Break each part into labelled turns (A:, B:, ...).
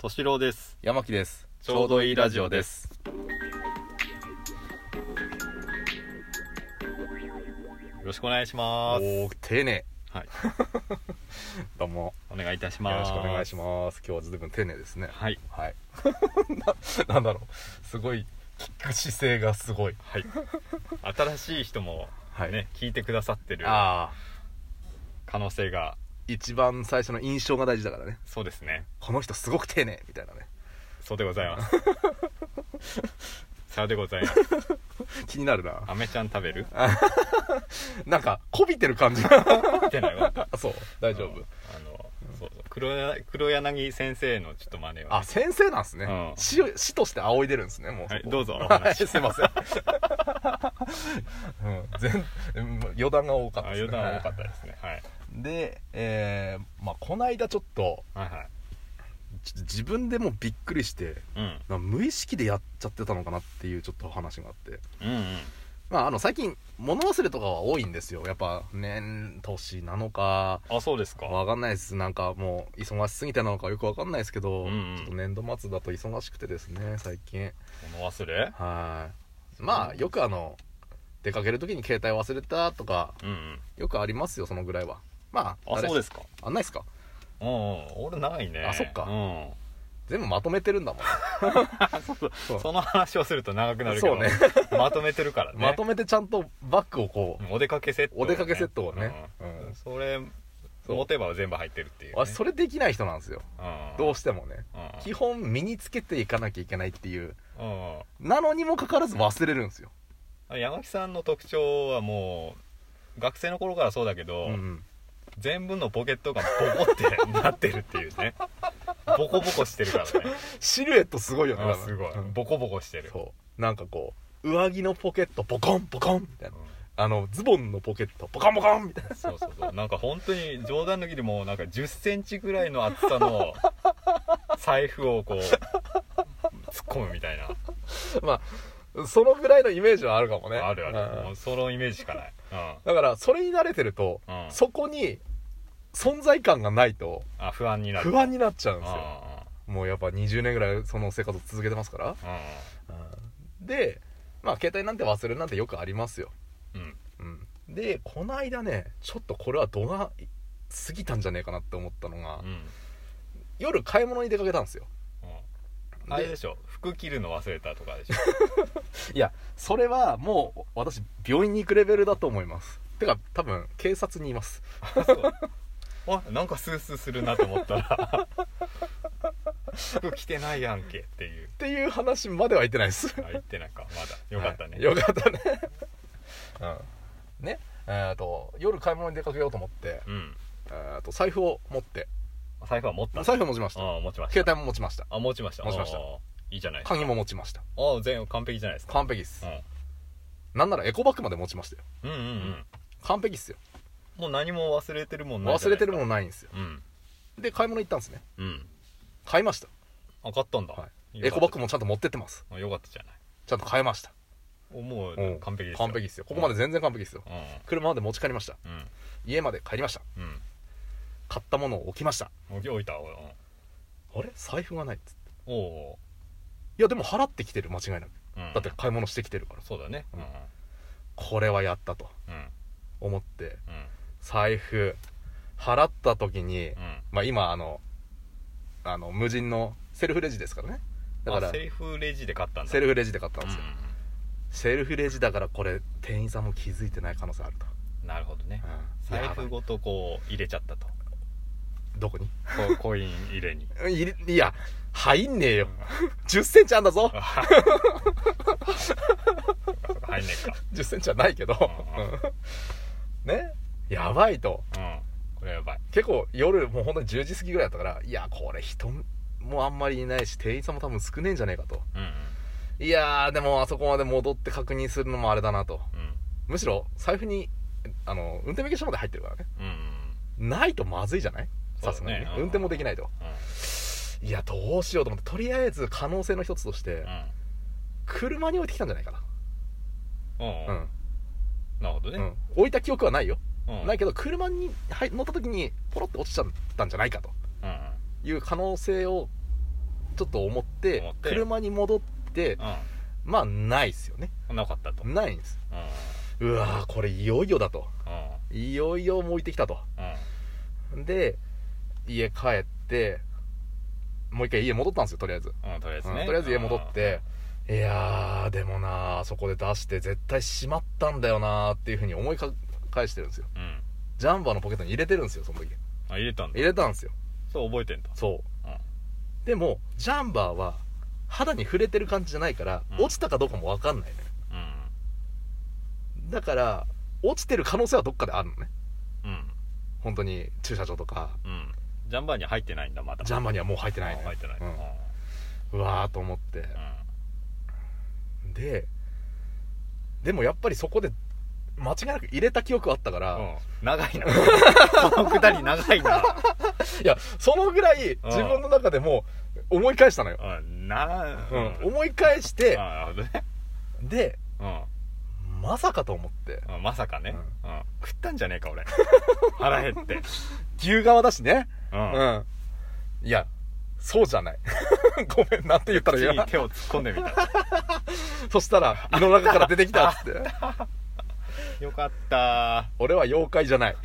A: 敏郎です。
B: 山木です
A: ちょうどいいラジオですよろしくお願いし
B: お
A: ます。
B: お丁寧
A: はい、
B: どうも
A: お願いいたし
B: よろ
A: ます。
B: しくお願いし
A: ま
B: ます今日はずいぶん丁寧ですね
A: はい、
B: はい ななんだろうすごい聞く姿勢がすごい
A: はい、新しい人も
B: は
A: ね、
B: い、
A: 聞いてくださってる
B: ああ
A: 可能性が
B: 一番最初の印象が大事だからね
A: そうですね。
B: この人すごく丁寧みたいなね
A: そうでございます。さようでございます。
B: 気になるな
A: アメちゃん食べる？
B: なんかこびてる感じ が
A: 見てないわ。
B: あそう大丈夫
A: あのそうそう黒や黒柳先生のちょっと真似を、
B: あ先生なんですね、
A: うん
B: 師師として仰いでるんですねもうそこ
A: はいどうぞお話
B: はいすいません、うん、全うん余談が多かった
A: あ
B: です、ね、
A: 余談は多かったですね。はい
B: で、えーまあ、この間ちょっと
A: はいはい。
B: ち自分でもびっくりして
A: うん
B: なんか無意識でやっちゃってたのかなっていうちょっと話があって、
A: うんうん
B: まあ、あの最近物忘れとかは多いんですよやっぱ年年なのか
A: あそうですか。
B: わかんないですなんかもう忙しすぎてなのかよくわかんないですけど、
A: うんうん
B: ちょっと年度末だと忙しくてですね最近
A: 物忘れ？
B: はいまあよくあの出かける時に携帯忘れたとか
A: うんうん。
B: よくありますよそのぐらいはまあ
A: あそうですすか。
B: あんないっすか
A: うんうん俺ないね
B: あそっか
A: うん
B: 全部まとめてるんだもん
A: そう
B: そう
A: その話をすると長くなるけど
B: そうね
A: まとめてるからね
B: まとめてちゃんとバッグをこう、
A: お出かけセットをね、
B: お出かけセットをね
A: うん
B: うん
A: それ
B: そう
A: 持てば全部入ってるっていう、ね、
B: あそれできない人なんですよ
A: うん
B: どうしてもね
A: うん
B: 基本身につけていかなきゃいけないっていう
A: うん
B: なのにもかかわらず忘れるんですよ、
A: うん山木さんの特徴はもう学生の頃からそうだけ
B: う
A: ど、
B: んうん、
A: 全部のポケットがボコってなってるっていうねボコボコしてる からね
B: シルエットすごいよね
A: あすごい
B: うん
A: ボコボコしてる
B: そうなんかこう上着のポケットポコンポコンみたいな
A: うん
B: あのズボンのポケットポコンポコンみたいな
A: そうそうそうなんか本当に冗談抜きでもうなんか1 0ンチぐらいの厚さの財布をこう突っ込むみたいな、
B: まあそのぐらいのイメージはあるかもね
A: あるあ
B: う
A: る
B: ん
A: もうそのイメージしかない、うん、
B: だからそれに慣れてると、
A: うん
B: そこに存在感がないと
A: あ不安になる
B: 不安になっちゃうん
A: うん
B: で
A: う
B: す
A: ん
B: よもうやっぱ20年ぐらいその生活を続けてますから、うんでまあ携帯なんて忘れるなんてよくありますよ、
A: うんうん
B: うん、でこの間ねちょっとこれは度が過ぎたんじゃねえかなって思ったのが、
A: うんうん
B: 夜買い物に出かけたんですよ
A: うん
B: で
A: あれでしょ服着るの忘れたとかでしょ
B: いやそれはもう私病院に行くレベルだと思いますてか多分警察にいます
A: あなんかスースーするなと思ったら 服着てないやんけっていう
B: っていう話までは言ってない です
A: あ言ってなんかまだよかったね、
B: はいよかったね うんねえーと夜買い物に出かけようと思って、
A: うん
B: えーと財布を持って
A: 財布は持った
B: 財布を持ちました
A: あ持ちました
B: 携帯も持ちました
A: あ持ちました
B: 持ちました
A: あーいいじゃないですか
B: 鍵も持ちました
A: ああ全部完璧じゃないですか
B: 完璧っす、なんならエコバッグまで持ちましたよ
A: うん、うんうんうん
B: 完璧っすよ
A: もう何も忘れてるもんないじ
B: 忘
A: ゃな
B: れ
A: い
B: てる
A: も
B: もんないんですよ
A: うん
B: で買い物行ったんですね
A: うん
B: 買いました、
A: あ買ったんだ、
B: はい、エ
A: よか
B: コ
A: った
B: バッグもちゃんと持ってってます
A: あよかったじゃない
B: ちゃんと買いました
A: おもう
B: うん
A: 完璧ですよ
B: 完璧っすよここまで全然完璧っすよ、
A: うん
B: 車まで持ち帰りました
A: うん
B: 家まで帰りました
A: うん
B: 買ったものを置きました
A: うん置いたおい
B: あれ財布がないっつって
A: おお
B: いやでも払ってきてる間違いなく
A: う、うん
B: だって買い物してきてるから
A: そうだねう
B: うんんこれはやったと
A: うん
B: 思って
A: うん
B: 財布払った時に、
A: うん
B: まあ今あのあの無人のセルフレジですからねだか
A: あ
B: ら
A: セルフレジで買ったんだ
B: セ
A: ル
B: ルフレジで買ったん
A: う
B: で
A: ん
B: すよ、セルフレジだからこれ店員さんも気づいてない可能性あると、
A: うんなるほどね
B: うん
A: 財
B: やば
A: 布
B: い
A: ごとこう入れちゃったと
B: どこに
A: こコイン入れに
B: うんいりいや入んね えよ1 0ンチあんだぞ
A: 入んねえか
B: 1 0ンチはないけど、
A: うんうん
B: ねやばいと
A: うんこれやばい
B: 結構夜もう本当に10時過ぎぐらいだったからいやこれ人もあんまりいないし店員さんも多分少ねえんじゃねえかと
A: うんうん
B: いやーでもあそこまで戻って確認するのもあれだなと
A: うん
B: むしろ財布にあの運転免許証まで入ってるからね
A: うんうん
B: ないとまずいじゃない
A: そう
B: さ
A: だね
B: すがにね
A: うん
B: 運転もできないといやどうしようと思ってとりあえず可能性の一つとして車に置いてきたんじゃないか
A: うんうんう
B: なうんん、
A: なるほど
B: う
A: ね
B: ん、置いた記憶はないよ、
A: うん
B: ないけど車にはい乗った時にポロって落ちちゃったんじゃないかと
A: うんうん
B: いう可能性をちょっと思って
A: 思って
B: 車に戻ってまあないですよね
A: うんなかったとうん
B: ないんですうわーこれいよいよだと
A: うん
B: いよいよもう置いてきたと
A: うん
B: で家帰ってもう一回家戻ったんですよとりあえず、
A: うんとりあえず
B: う
A: ね
B: んとりあえず家戻っていやーでもなーそこで出して絶対しまったんだよなーっていうふうに思いか返してるんですよ
A: うんうん
B: ジャンバーのポケットに入れてるんですよその時
A: あ入れたんだ
B: 入れたんですよ
A: そう覚えてんだ
B: そう
A: うん
B: でもジャンバーは肌に触れてる感じじゃないから、
A: うん
B: 落ちたかどうかも分かんないのよ
A: うん
B: だから落ちてる可能性はどっかであるのね
A: うん
B: 本当に駐車場とか
A: うんジャンバーには入ってないんだまだ
B: ジャンバー
A: に
B: にはもう入ってないのよ
A: 入ってない
B: うん
A: う
B: うわーと思って、
A: ん
B: ででもやっぱりそこで間違いなく入れた記憶はあったから、
A: うん長いなこのくだり長いない
B: やそのぐらい自分の中でも思い返したのよ、
A: うんな
B: うん
A: うん
B: 思い返して
A: あなるほどね
B: で
A: うん
B: まさかと思って
A: うんまさかね、うん食ったんじゃねえか俺腹減って、
B: 牛側だしね
A: う
B: うんん、いやそうじゃない ごめんなんて言ったら
A: 口
B: いい
A: に手を突っ込んでみた
B: そしたら胃の中から出てきたっ つって
A: よかった
B: 俺は妖怪じゃない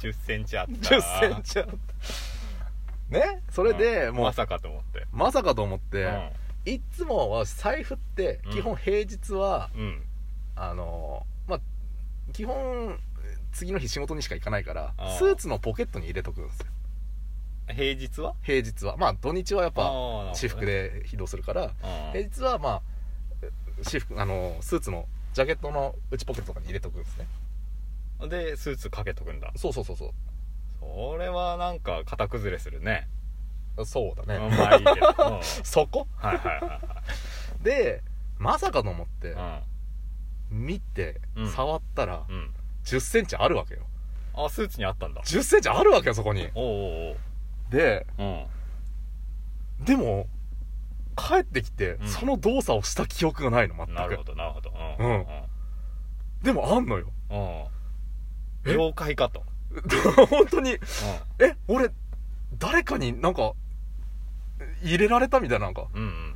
A: 1 0ンチあった
B: 1 0ンチあったねそれで、
A: うん
B: もう
A: まさかと思って
B: まさかと思っ
A: う
B: て、
A: ん
B: いっつもは財布って
A: うん
B: 基本平日は、
A: うん
B: あのまあ基本次の日仕事にしか行かないから
A: あー
B: スーツのポケットに入れとくんですよ
A: 平日は
B: 平日はまあ土日はやっぱ
A: あー
B: 私服、で移動するから
A: なるほど
B: 平
A: ね
B: 日はまあ私服あのスーツのジャケットの内ポケットとかに入れとくんですね
A: うんでスーツかけとくんだ
B: そうそうそうそ
A: それはなんか型崩れするね
B: うそうだ
A: う
B: ね、
A: んまあいいけど、うん、はい
B: そこ
A: はいは
B: でまさかと思って
A: いは
B: 見て
A: うん
B: 触ったら
A: いうん、うん、
B: 1 0ンチあるわけよ
A: あスーツにあったんだ
B: 1 0ンチあるわけよそこに
A: おうおう
B: で
A: おううん
B: でも帰ってきて
A: うん
B: その動作をした記憶がないの全
A: なるほ
B: く
A: どなるほど
B: う
A: うん
B: んでもあんのよ
A: うん、うん、
B: え
A: 妖怪かと、
B: 本当にえ俺誰かになんか入れられたみたいななんか
A: うん、うん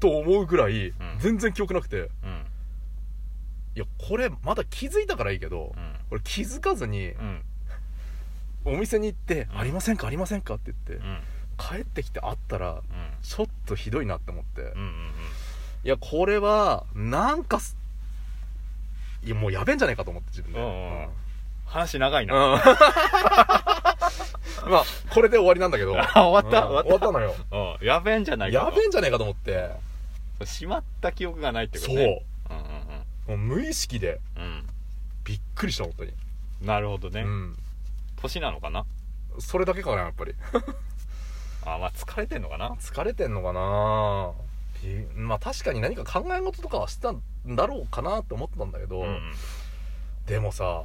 B: と思うぐらい
A: ん
B: 全然記憶なくて
A: うん
B: いやこれまだ気づいたからいいけど
A: うん
B: 俺気づかずに
A: うん
B: お店に行って
A: うん
B: 「ありませんかありませんか」って言っ
A: う
B: て
A: ん
B: 帰ってきて会ったらちょっとひどいなって思って
A: うんうんうん
B: いやこれはなんかすいやもうやべえんじゃないかと思って自分で
A: うんうん
B: うん
A: 話長いな、
B: うんまあこれで終わりなんだけ ど
A: あ終わった
B: うん
A: 終わっ
B: 終わったたのよ
A: うんやべえんじゃないか
B: やべえんじゃないかと思って
A: べしまった記憶がないってこと
B: そう
A: ねうん
B: もう無意識で
A: うんうん
B: びっくりした本当に
A: うんなるほどね、
B: うん
A: 年なのかな
B: それだけかなやっぱり
A: あまあ疲れてんのかな
B: 疲れてんのかなびまあ確かに何か考え事とかはしてたんだろうかなって思ったんだけど、
A: うん
B: でもさ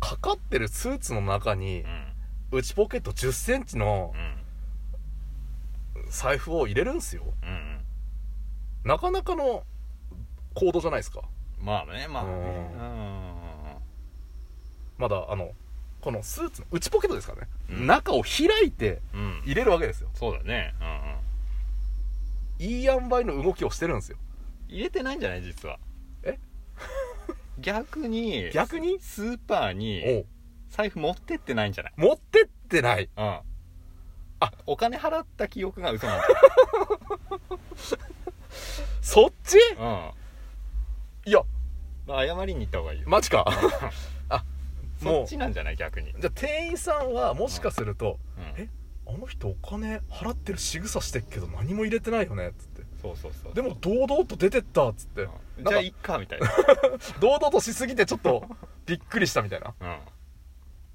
B: かかってるスーツの中に
A: うんうん
B: 内ポケット1 0ンチの
A: うん
B: 財布を入れるんすよ
A: うん
B: なかなかの行動じゃないですか
A: まあねまあね
B: う
A: うん
B: ん
A: うんうん
B: まだあのこのスーツの内ポケットですからね、
A: うん
B: 中を開いて
A: うん
B: 入れるわけですよ
A: そうだねうんうん
B: いい塩梅の動きをしてるんですよ
A: 入れてないんじゃない実は
B: え
A: 逆に
B: 逆に
A: スーパー
B: お
A: に
B: う
A: 財布持ってってないんじゃない
B: 持ってってない
A: うんあお金払った記憶が嘘 なん
B: そっち
A: だ
B: いや
A: うん謝りに行った方がいいよ
B: マ ジか
A: そ
B: も
A: っ
B: う
A: ちなんじゃない逆に
B: じゃあ店員さんはもしかすると
A: うん
B: えあの人お金払ってる仕草してっけど何も入れてないよねっつって
A: そうそうそう
B: でも堂々と出てったっつって
A: うんじ
B: なん
A: ゃあ
B: か
A: いっかみたいな
B: 堂々としすぎてちょっとびっくりしたみたいな
A: うん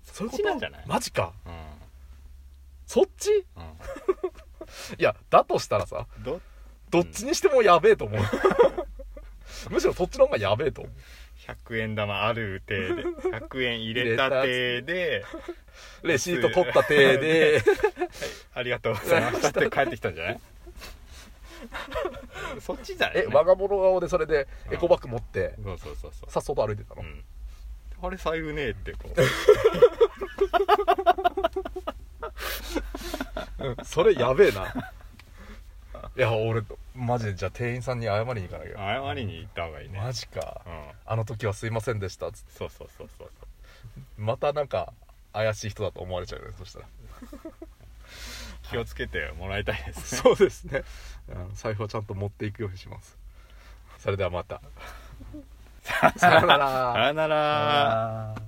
B: そ
A: っちなんじゃない
B: マジか
A: う
B: そっ
A: んう
B: ち
A: ん
B: いやだとしたらさ
A: ど
B: どっちにしてもやべえ と思う、むしろそっちの方がやべえと思う
A: 100円玉ある手で100円入れた手で
B: レシート取った手 で
A: ありがとうございましたって帰ってきたんじゃ ないそっちじゃない
B: え我が物顔でそれでエコバッグ持って
A: そうそうそうそう
B: さっそと歩いてたの、
A: うんあれ財布ねえってこ
B: それやべえないや俺マジでじゃあ店員さんに謝りに行かなきゃ
A: 謝りに行った方がいいね
B: マジか
A: うん
B: あの時はすいませんでしたつって
A: そうそうそうそうそう
B: またなんか怪しい人だと思われちゃうよねそしたら
A: 気をつけてもらいたいですね、
B: そうですねうん財布はちゃんと持っていくようにします それではまたさよな
A: さ
B: ら
A: よなら
B: さよなら